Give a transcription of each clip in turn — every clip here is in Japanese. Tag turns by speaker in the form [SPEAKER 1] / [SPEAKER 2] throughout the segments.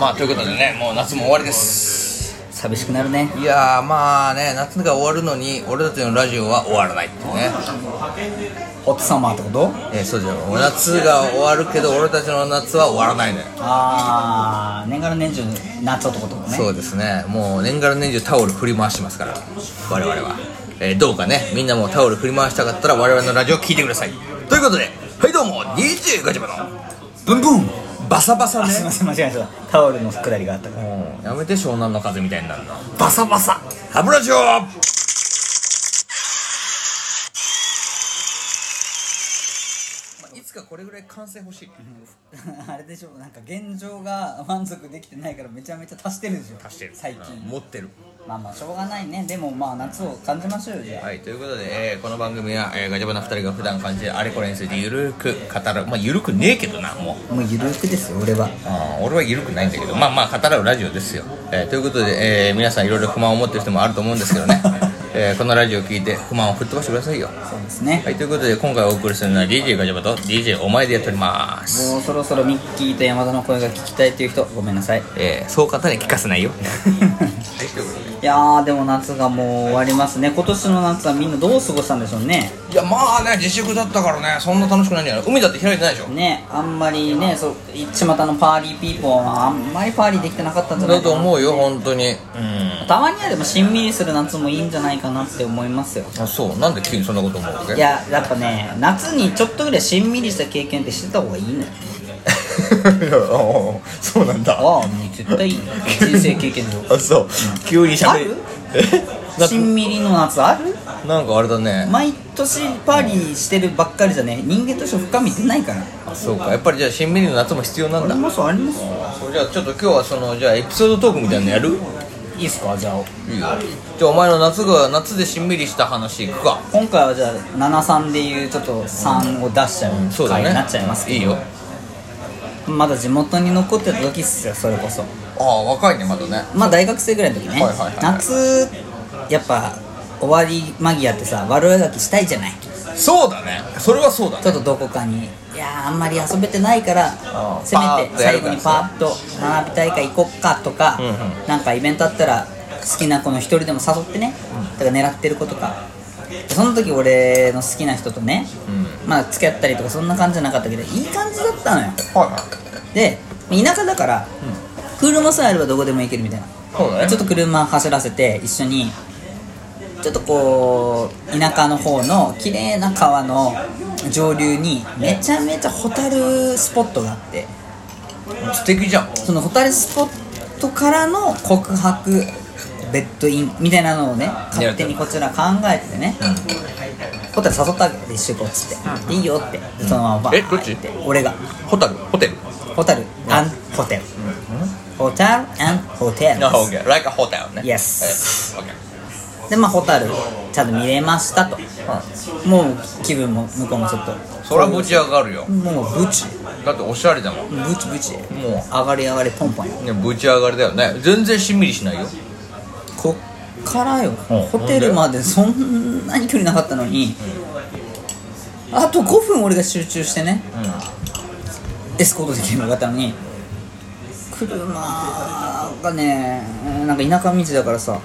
[SPEAKER 1] まあということでねもう夏も終わりです
[SPEAKER 2] 寂しくなるね
[SPEAKER 1] いやーまあね夏が終わるのに俺たちのラジオは終わらないっていうね
[SPEAKER 2] ホットサマーってこと
[SPEAKER 1] えーそうじゃん夏が終わるけど俺たちの夏は終わらないね、
[SPEAKER 2] ああ年がら年中夏男とかね
[SPEAKER 1] そうですねもう年がら年中タオル振り回してますから我々は、えーどうかねみんなもタオル振り回したかったら我々のラジオ聞いてくださいということではいどうも DJ ガチャバのブンブンバサバサ
[SPEAKER 2] あ
[SPEAKER 1] ね
[SPEAKER 2] すいません間違えましたタオルのくだりがあったから
[SPEAKER 1] もうやめて湘南の風みたいになるのバサバサハブラジオいつかこれぐらい完成欲しい
[SPEAKER 2] あれでしょなんか現状が満足できてないからめちゃめちゃ足してるでしょ
[SPEAKER 1] 足してる
[SPEAKER 2] 最近、
[SPEAKER 1] うん持ってる
[SPEAKER 2] まあまあしょうがないねでもまあ夏を感じましょうよじゃあ、
[SPEAKER 1] はい、ということで、えーこの番組は、えーガチャバの2人が普段感じるあれこれについてゆるく語るまあゆるくねえけどなもう
[SPEAKER 2] もうゆるくですよ俺は
[SPEAKER 1] あー俺は緩くないんだけどまあまあ語らうラジオですよ、えーということで、えー皆さんいろいろ不満を持ってる人もあると思うんですけど ね、えーこのラジオを聞いて不満を吹っ飛ばしてくださいよ
[SPEAKER 2] そうですね、
[SPEAKER 1] はいということで今回お送りするのは DJ ガチャバと DJ お前でやっております、
[SPEAKER 2] もうそろそろミッキーと山田の声が聞きたいという人ごめん なさい
[SPEAKER 1] えーそう簡単に聞かせないよはいということで
[SPEAKER 2] いやーでも夏がもう終わりますね今年の夏はみんなどう過ごしたんでしょうね
[SPEAKER 1] いやまあね自粛だったからねそんな楽しくないんじゃない海だって開いてないでしょ
[SPEAKER 2] ねあんまりねそう巷のパーリーピーポーはあんまりパーリーできてなかったんじゃない
[SPEAKER 1] だ
[SPEAKER 2] か
[SPEAKER 1] と
[SPEAKER 2] な
[SPEAKER 1] 思うよ本当にうん
[SPEAKER 2] たまにはでもしんみりする夏もいいんじゃないかなって思いますよ
[SPEAKER 1] あそうなんで急にそんなこと思うわけ
[SPEAKER 2] いややっぱね夏にちょっとぐらいしんみりした経験ってしてた方がいいのよ
[SPEAKER 1] いやああ そうなんだ
[SPEAKER 2] ああもう絶対いいよ人生経験上
[SPEAKER 1] あそう急にしゃべりえな
[SPEAKER 2] しんみりの夏ある
[SPEAKER 1] なんかあれだね
[SPEAKER 2] 毎年パーリーしてるばっかりじゃね人間として深み出ないから
[SPEAKER 1] あそうかやっぱりじゃあ新メニューの夏も必要なんだ
[SPEAKER 2] ますあります
[SPEAKER 1] そうじゃあちょっと今日はそのじゃあエピソードトークみたいなのやる
[SPEAKER 2] いいっすかじゃあ
[SPEAKER 1] いいよじゃあお前の夏が夏でしんみりした話いくか
[SPEAKER 2] 今回はじゃあ73でいうちょっと3を出しちゃう
[SPEAKER 1] そうだ
[SPEAKER 2] 回
[SPEAKER 1] ね
[SPEAKER 2] になっちゃいますけど
[SPEAKER 1] いいよ
[SPEAKER 2] まだ地元に残ってた時っすよそれこそ
[SPEAKER 1] ああ若いねまだね
[SPEAKER 2] まあ大学生ぐらいの時ね、
[SPEAKER 1] はいはいはい
[SPEAKER 2] 夏やっぱ終わり間際ってさ悪あがきしたいじゃない
[SPEAKER 1] そうだねそれはそうだ
[SPEAKER 2] ちょっとどこかにいやーあんまり遊べてないから
[SPEAKER 1] あー
[SPEAKER 2] せめ
[SPEAKER 1] パーッ
[SPEAKER 2] て
[SPEAKER 1] とやる
[SPEAKER 2] 最
[SPEAKER 1] か
[SPEAKER 2] 後
[SPEAKER 1] ら
[SPEAKER 2] にパーッと花火大会行こっかとか、
[SPEAKER 1] んう
[SPEAKER 2] なんかイベントあったら好きな子の一人でも誘ってね、だから狙ってる子とかその時俺の好きな人とね、まあ付き合ったりとかそんな感じじゃなかったけどいい感じだったのよ
[SPEAKER 1] はいはい
[SPEAKER 2] で田舎だから、車さえあればどこでも行けるみたいな
[SPEAKER 1] そうだね
[SPEAKER 2] ちょっと車走らせて一緒にちょっとこう田舎の方の綺麗な川の上流にめちゃめちゃホタルスポットがあって
[SPEAKER 1] 素敵じゃん
[SPEAKER 2] そのホタルスポットからの告白ベッドインみたいなのをね勝手にこちら考えててね、ホタル誘ったわけで一緒に行こうっつって、いいよってでそのままバー
[SPEAKER 1] えどっち
[SPEAKER 2] って俺が
[SPEAKER 1] ホタルホテル
[SPEAKER 2] ホタルアンホテルホタルアンホテル
[SPEAKER 1] あオッケー like a ホテルね
[SPEAKER 2] Yes
[SPEAKER 1] はいオッケー
[SPEAKER 2] でまあホタルちゃんと見れましたと
[SPEAKER 1] う
[SPEAKER 2] もう気分も向こうもちょっと
[SPEAKER 1] んそりゃぶち上がるよ
[SPEAKER 2] もうブチ
[SPEAKER 1] だっておしゃれだもん
[SPEAKER 2] ブチブチ
[SPEAKER 1] も
[SPEAKER 2] 上がり上がりポンポンよ
[SPEAKER 1] うねぶち上がりだよね全然しんみりしないよ
[SPEAKER 2] こっからよ
[SPEAKER 1] うん
[SPEAKER 2] ホテルまでそんなに距離なかったのにあと5分俺が集中してね
[SPEAKER 1] うん
[SPEAKER 2] エスコートできればよかったのに車がねなんか田舎道だからさ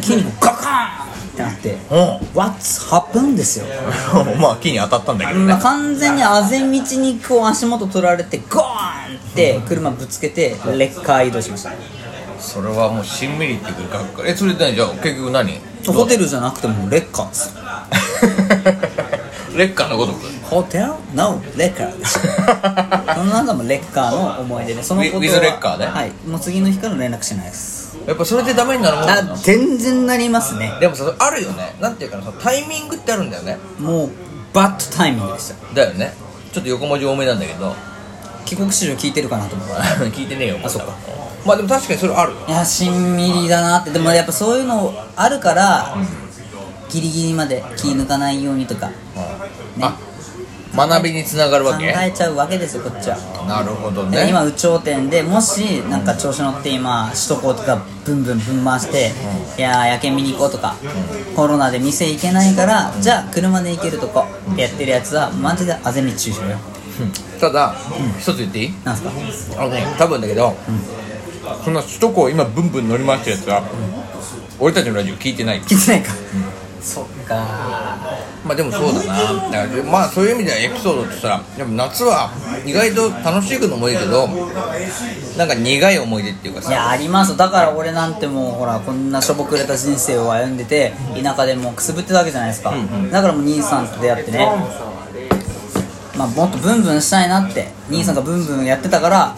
[SPEAKER 2] 筋肉ガカーンってなって
[SPEAKER 1] うん
[SPEAKER 2] 「What's happened?」ですよ
[SPEAKER 1] まあ木に当たったんだけどね、
[SPEAKER 2] まあ、完全にあぜ道にこう足元取られてゴーンって車ぶつけてレッカー移動しました
[SPEAKER 1] それはもうしんみりってくるかっこいいえそれでじゃあ結局 何
[SPEAKER 2] ホテルじゃなくてもレッカーです
[SPEAKER 1] 劣化のごとく
[SPEAKER 2] ホテル ?No レッカーですその中もレッカーの思い 出でそのことは
[SPEAKER 1] With- with レッカーね
[SPEAKER 2] はいもう次の日から連絡しないです
[SPEAKER 1] やっぱそれでダメになるもんな
[SPEAKER 2] あ
[SPEAKER 1] の
[SPEAKER 2] 全然なりますね
[SPEAKER 1] でもさあるよねなんていうかなそのタイミングってあるんだよね
[SPEAKER 2] もうバッドタイミングでした
[SPEAKER 1] だよねちょっと横文字多めなんだけど
[SPEAKER 2] 帰国子女聞いてるかなと思う
[SPEAKER 1] 聞いてねえよまだまあでも確かにそれあるよ
[SPEAKER 2] いやしんみりだなってでもやっぱそういうのあるからギリギリまで気抜かないようにとか
[SPEAKER 1] あ学びにつながるわ
[SPEAKER 2] 考
[SPEAKER 1] け
[SPEAKER 2] えちゃうわけですよこっちは
[SPEAKER 1] なるほど
[SPEAKER 2] で
[SPEAKER 1] ね
[SPEAKER 2] 今有頂天でもしなんか調子乗って今首都高とかブンブンぶん回して、いやー夜景見に行こうとか、コロナで店行けないから、じゃあ車で行けるとこってやってるやつはマジであぜ道中傷よ
[SPEAKER 1] ただ、一つ言っていい
[SPEAKER 2] なんすか
[SPEAKER 1] あのね多分だけど、そんな首都高を今ブンブン乗り回してるやつは、俺たちのラジオ聞いてない
[SPEAKER 2] 聞いてないか、そっか
[SPEAKER 1] まあでもそうだなだからまあそういう意味ではエピソードってさでも夏は意外と楽しいこともいいけどなんか苦い思い出っていうか
[SPEAKER 2] い
[SPEAKER 1] さ
[SPEAKER 2] やありますだから俺なんてもうほらこんなしょぼくれた人生を歩んでて田舎でもうくすぶってたわけじゃないですか、だからもう兄さんと出会ってねまあもっとブンブンしたいなって兄さんがブンブンやってたから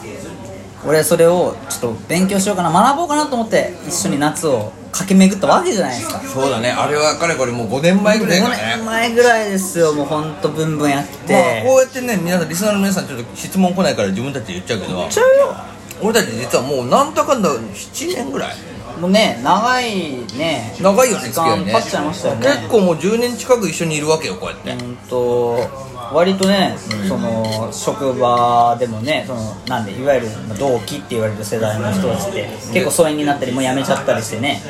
[SPEAKER 2] 俺それをちょっと勉強しようかな学ぼうかなと思って一緒に夏を駆け巡ったわけじゃないですか
[SPEAKER 1] そうだねあれはかれこれもう5年前ぐらい
[SPEAKER 2] 5
[SPEAKER 1] からね
[SPEAKER 2] 年前ぐらいですよもうほんとブンブンやって
[SPEAKER 1] まあ、こ
[SPEAKER 2] て
[SPEAKER 1] うやってね皆さんリスナーの皆さんちょっと質問来ないから自分たちで言っちゃうけど
[SPEAKER 2] ちゃうよ
[SPEAKER 1] 俺たち実はもうなんだかんだ7年ぐらい
[SPEAKER 2] もうね長いね
[SPEAKER 1] 長いよね付
[SPEAKER 2] 時
[SPEAKER 1] き合い
[SPEAKER 2] 間
[SPEAKER 1] ね
[SPEAKER 2] 経っちゃいましたよね
[SPEAKER 1] 結構もう10年近く一緒にいるわけよこうやって、
[SPEAKER 2] うんと割とね、その職場でもねそのなんでいわゆる同期って言われる世代の人たちって結構疎遠になったりもう辞めちゃったりしてね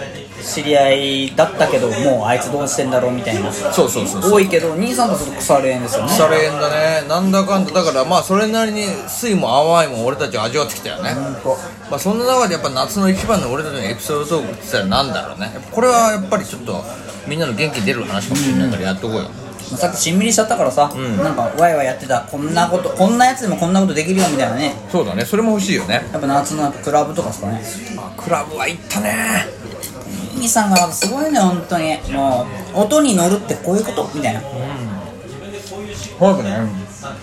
[SPEAKER 2] 知り合いだったけどもうあいつどうしてんだろうみたいな
[SPEAKER 1] そうそうそうそう
[SPEAKER 2] 多いけど兄さんとすると腐れ縁ですよね
[SPEAKER 1] 腐れ縁だねなんだかんだだからまあそれなりに酸いも甘いも俺たちは味わってきたよね、
[SPEAKER 2] ほんと
[SPEAKER 1] まあ、そんな中でやっぱ夏の一番の俺たちのエピソードトークって言ったらなんだろうねやっぱこれはやっぱりちょっとみんなの元気出る話かもしれないからやっとこうよ、
[SPEAKER 2] さっきしんみりしちゃったからさ、なんかワイワイやってたこんなことこんなやつでもこんなことできるよみたいなね
[SPEAKER 1] そうだねそれも欲しいよね
[SPEAKER 2] やっぱ夏のクラブとかですかね
[SPEAKER 1] あクラブは行ったね
[SPEAKER 2] 兄さんがすごいね本当にもう音に乗るってこういうことみたいな
[SPEAKER 1] 怖くね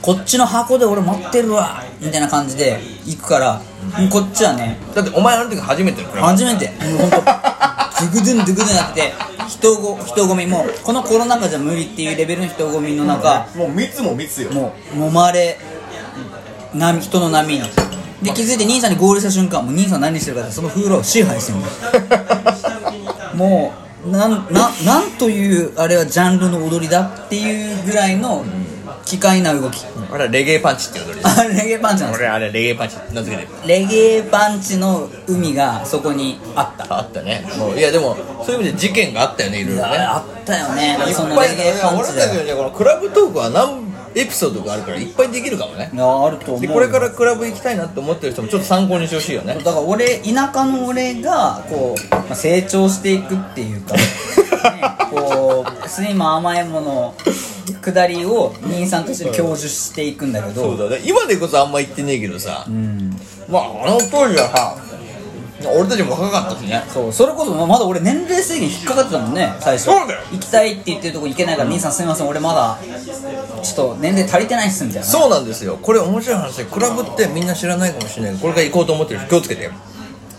[SPEAKER 2] こっちの箱で俺待ってるわみたいな感じで行くから、もうこっちはね
[SPEAKER 1] だってお前あの時初めてのクラブ
[SPEAKER 2] 初めてもうほんとドゥクドゥンドゥクドゥンなってて人ご人混みもうこのコロナ禍じゃ無理っていうレベルの人混みの中
[SPEAKER 3] もう密も密よ
[SPEAKER 2] もう揉まれ波人の波にで気づいて兄さんに合流した瞬間もう兄さん何してるかってその風呂を支配してるの もうなんななんというあれはジャンルの踊りだっていうぐらいの機械な動き
[SPEAKER 1] あれはレゲエパンチっていう踊りだ
[SPEAKER 2] あれレゲエパンチなんです
[SPEAKER 1] 俺あれレゲエパンチって名付けてる
[SPEAKER 2] レゲエパンチの海がそこにあった
[SPEAKER 1] あったねもういやでもそういう意味で事件があったよねいろいろね
[SPEAKER 2] あったよね
[SPEAKER 1] いっ
[SPEAKER 2] その
[SPEAKER 1] ぱ
[SPEAKER 2] レ
[SPEAKER 1] い
[SPEAKER 2] ゲエパン
[SPEAKER 1] 俺
[SPEAKER 2] チ
[SPEAKER 1] たち
[SPEAKER 2] で
[SPEAKER 1] のねこのクラブトークは何エピソードがあるからいっぱいできるかもね
[SPEAKER 2] いやあると思う
[SPEAKER 1] で
[SPEAKER 2] よ
[SPEAKER 1] これからクラブ行きたいなって思ってる人もちょっと参考にしてほしいよね
[SPEAKER 2] だから俺田舎の俺がこう、まあ成長していくっていう か、ね、こう酸いも甘いもの下りを兄さんとして享受していくんだけ
[SPEAKER 1] そう
[SPEAKER 2] ど
[SPEAKER 1] だね今でこそあんま行ってねえけどさ、
[SPEAKER 2] うん
[SPEAKER 1] まああの当時はさ俺たちも若かったしね
[SPEAKER 2] そうそれこそまだ俺年齢制限引っかかってたもんね最初
[SPEAKER 1] そうだよ
[SPEAKER 2] 行きたいって言ってるとこ行けないから兄さんすいません俺まだちょっと年齢足りてないっすみたいな
[SPEAKER 1] そうなんですよこれ面白い話でクラブってみんな知らないかもしれないこれから行こうと思ってる人気をつけて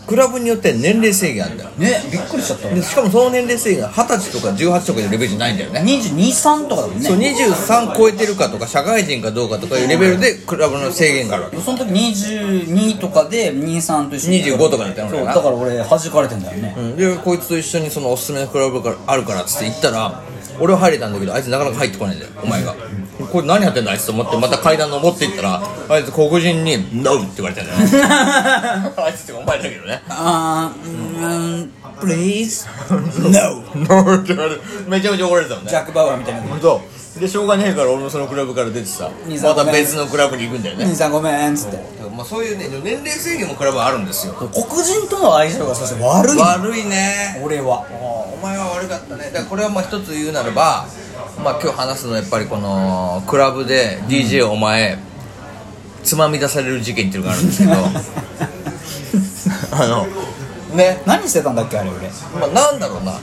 [SPEAKER 1] クラブによって年齢制限あるんだよ
[SPEAKER 2] ねびっくりしちゃった
[SPEAKER 1] でしかもその年齢制限が二十歳とか18とかいうレベルじゃないんだよね
[SPEAKER 2] 223とかだもんね
[SPEAKER 1] そう23超えてるかとか社会人かどうかとかいうレベルでクラブの制限があるわけ
[SPEAKER 2] その時22とかで23と一緒に
[SPEAKER 1] 25とかだったのか
[SPEAKER 2] そう
[SPEAKER 1] な
[SPEAKER 2] だから俺弾かれてんだよね
[SPEAKER 1] うん、でこいつと一緒にそのおすすめのクラブがあるからっつって行ったら俺は入れたんだけどあいつなかなか入ってこないんだよお前がこれ何やってんだあいつと思ってまた階段登っていったらあいつ黒人に「NO」って言われたんだよ ねあいつってお前だけどね
[SPEAKER 2] あーうーん Please No
[SPEAKER 1] 「NO」って言われて めちゃめちゃ怒られたもん
[SPEAKER 2] ジ
[SPEAKER 1] ね
[SPEAKER 2] ャック・バウアーみたいな
[SPEAKER 1] そうでしょうがねえから俺もそのクラブから出てさ
[SPEAKER 2] 兄さ
[SPEAKER 1] ま
[SPEAKER 2] んご
[SPEAKER 1] た
[SPEAKER 2] めん
[SPEAKER 1] 別のクラブに行くんだよね
[SPEAKER 2] 兄さんごめんっつって
[SPEAKER 1] まあそういうね年齢制限もクラブはあるんですよ
[SPEAKER 2] 黒人との相性がそして悪い
[SPEAKER 1] 悪いね
[SPEAKER 2] 俺は
[SPEAKER 1] お前は悪かったねだからこれはまあ一つ言うならば、まあ、今日話すのはやっぱりこのクラブで DJ お前、つまみ出される事件っていうのがあるんです けどあのね、
[SPEAKER 2] 何してたんだっけあれ俺
[SPEAKER 1] まあ、なんだろうな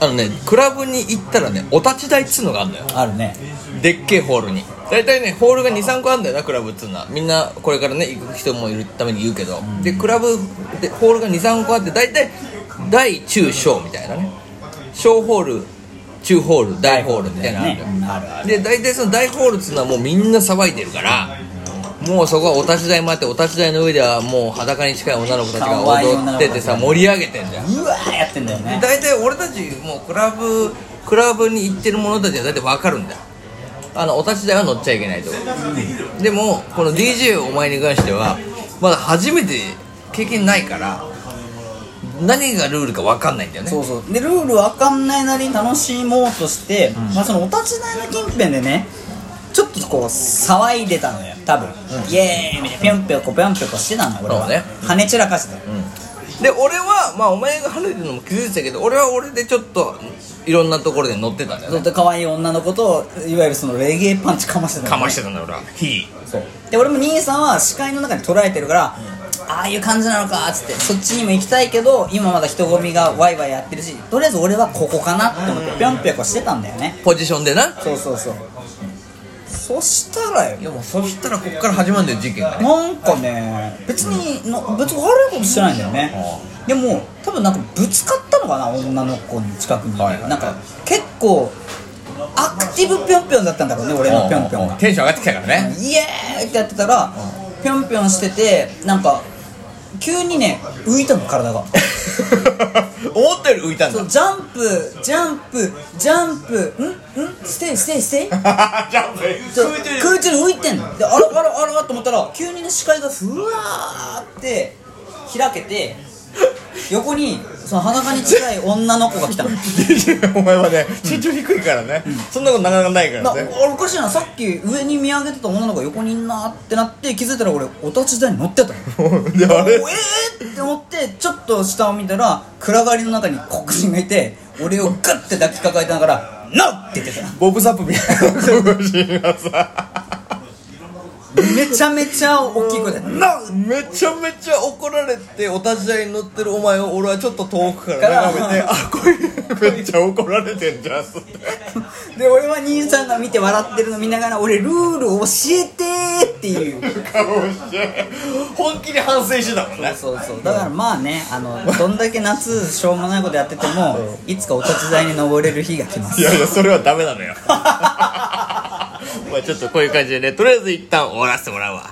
[SPEAKER 1] あのねクラブに行ったらねお立ち台っつうのがあるんだよ
[SPEAKER 2] あるね
[SPEAKER 1] でっけえホールに大体ねホールが23個あるんだよなクラブっつうのはみんなこれからね行く人もいるために言うけど、でクラブでホールが23個あって大体大中小みたいなね小ホール中ホール大ホールみたいなのあるんだよ、
[SPEAKER 2] ねあるある
[SPEAKER 1] で大体その大ホールっつうのはもうみんな騒いでるからもうそこはお立ち台もあってお立ち台の上ではもう裸に近い女の子たちが
[SPEAKER 2] 可愛い女
[SPEAKER 1] 踊
[SPEAKER 2] の
[SPEAKER 1] った
[SPEAKER 2] 子ち
[SPEAKER 1] ててさ盛り上げてんじゃん
[SPEAKER 2] うわーやってんだよね
[SPEAKER 1] 大体俺たちもうクラブクラブに行ってる者たちは大体わかるんだよあのお立ち台は乗っちゃいけないとかでもこの DJ お前に関してはまだ初めて経験ないから何がルールかわかんないんだよね
[SPEAKER 2] そうそうでルールわかんないなりに楽しもうとして、まあ、そのお立ち台の近辺でねちょっとこう騒いでたのよ多分、イエーイみたいなぴょんぴょこぴょんぴょこしてたんだ俺は
[SPEAKER 1] そうね
[SPEAKER 2] 跳ね散らかしてた、
[SPEAKER 1] で俺はまあお前が跳ねてるのも気づいてたけど俺は俺でちょっといろんなところで乗ってたんだよ
[SPEAKER 2] ず
[SPEAKER 1] ね
[SPEAKER 2] っと可愛い女の子といわゆるそのレゲエパンチかましてたの
[SPEAKER 1] かましてたんだ俺はヒ
[SPEAKER 2] そうで俺も兄さんは視界の中に捉えてるから、ああいう感じなのかっつってそっちにも行きたいけど今まだ人混みがワイワイやってるしとりあえず俺はここかなって思ってぴょんぴょこしてたんだよね
[SPEAKER 1] ポジションでな
[SPEAKER 2] そうそうそうそしたらよ
[SPEAKER 1] やもうそしたらこっから始まるんだよ事件がね
[SPEAKER 2] なんかね別にの別に悪いことしてないんだよねでも多分なんかぶつかったのかな女の子に近くに、
[SPEAKER 1] はいはいはい
[SPEAKER 2] なんか結構アクティブぴょんぴょんだったんだろうね俺のぴょんぴょんが
[SPEAKER 1] テンション上がってきたからね
[SPEAKER 2] イエーイってやってたらぴょんぴょんしててなんか急にね浮いたの体 が
[SPEAKER 1] 思ったより浮いたん
[SPEAKER 2] そ
[SPEAKER 1] だ
[SPEAKER 2] うジャンプジャンプジャンプんんステイステイステイ
[SPEAKER 1] ジャンプ
[SPEAKER 2] そう空中に浮いてんのであらあらあらと思ったら急にね視界がふわーって開けて横にその裸に近い女の子が来たの
[SPEAKER 1] お前はね身長低いからね、そんなことなかなかないか
[SPEAKER 2] な
[SPEAKER 1] ら
[SPEAKER 2] あ
[SPEAKER 1] ね
[SPEAKER 2] おかしいなさっき上に見上げてた女の子が横にいんなーってなって気づいたら俺お立ち台に乗ってたの
[SPEAKER 1] であれ
[SPEAKER 2] おええー、って思ってちょっと下を見たら暗がりの中に黒人がいて俺をグッて抱きかかえてながら「NO!」って言ってた
[SPEAKER 1] ボブサップみたいな黒人がさ
[SPEAKER 2] めちゃめちゃ大きい声で「NO!」
[SPEAKER 1] めちゃめちゃ怒られてお立ち台に乗ってるお前を俺はちょっと遠くか
[SPEAKER 2] から
[SPEAKER 1] ら眺めてあこいつめっちゃ怒られてんじゃんっつって
[SPEAKER 2] で俺は兄さんが見て笑ってるの見ながら俺ルール教えてーっていう
[SPEAKER 1] 顔して本気に反省してたもんね
[SPEAKER 2] そうそうだからまあねあのどんだけ夏しょうもないことやっててもいつかお立ち台に登れる日が来ます
[SPEAKER 1] いやいやそれは ダメなのよまあちょっとこういう感じでねとりあえず一旦終わらせてもらうわ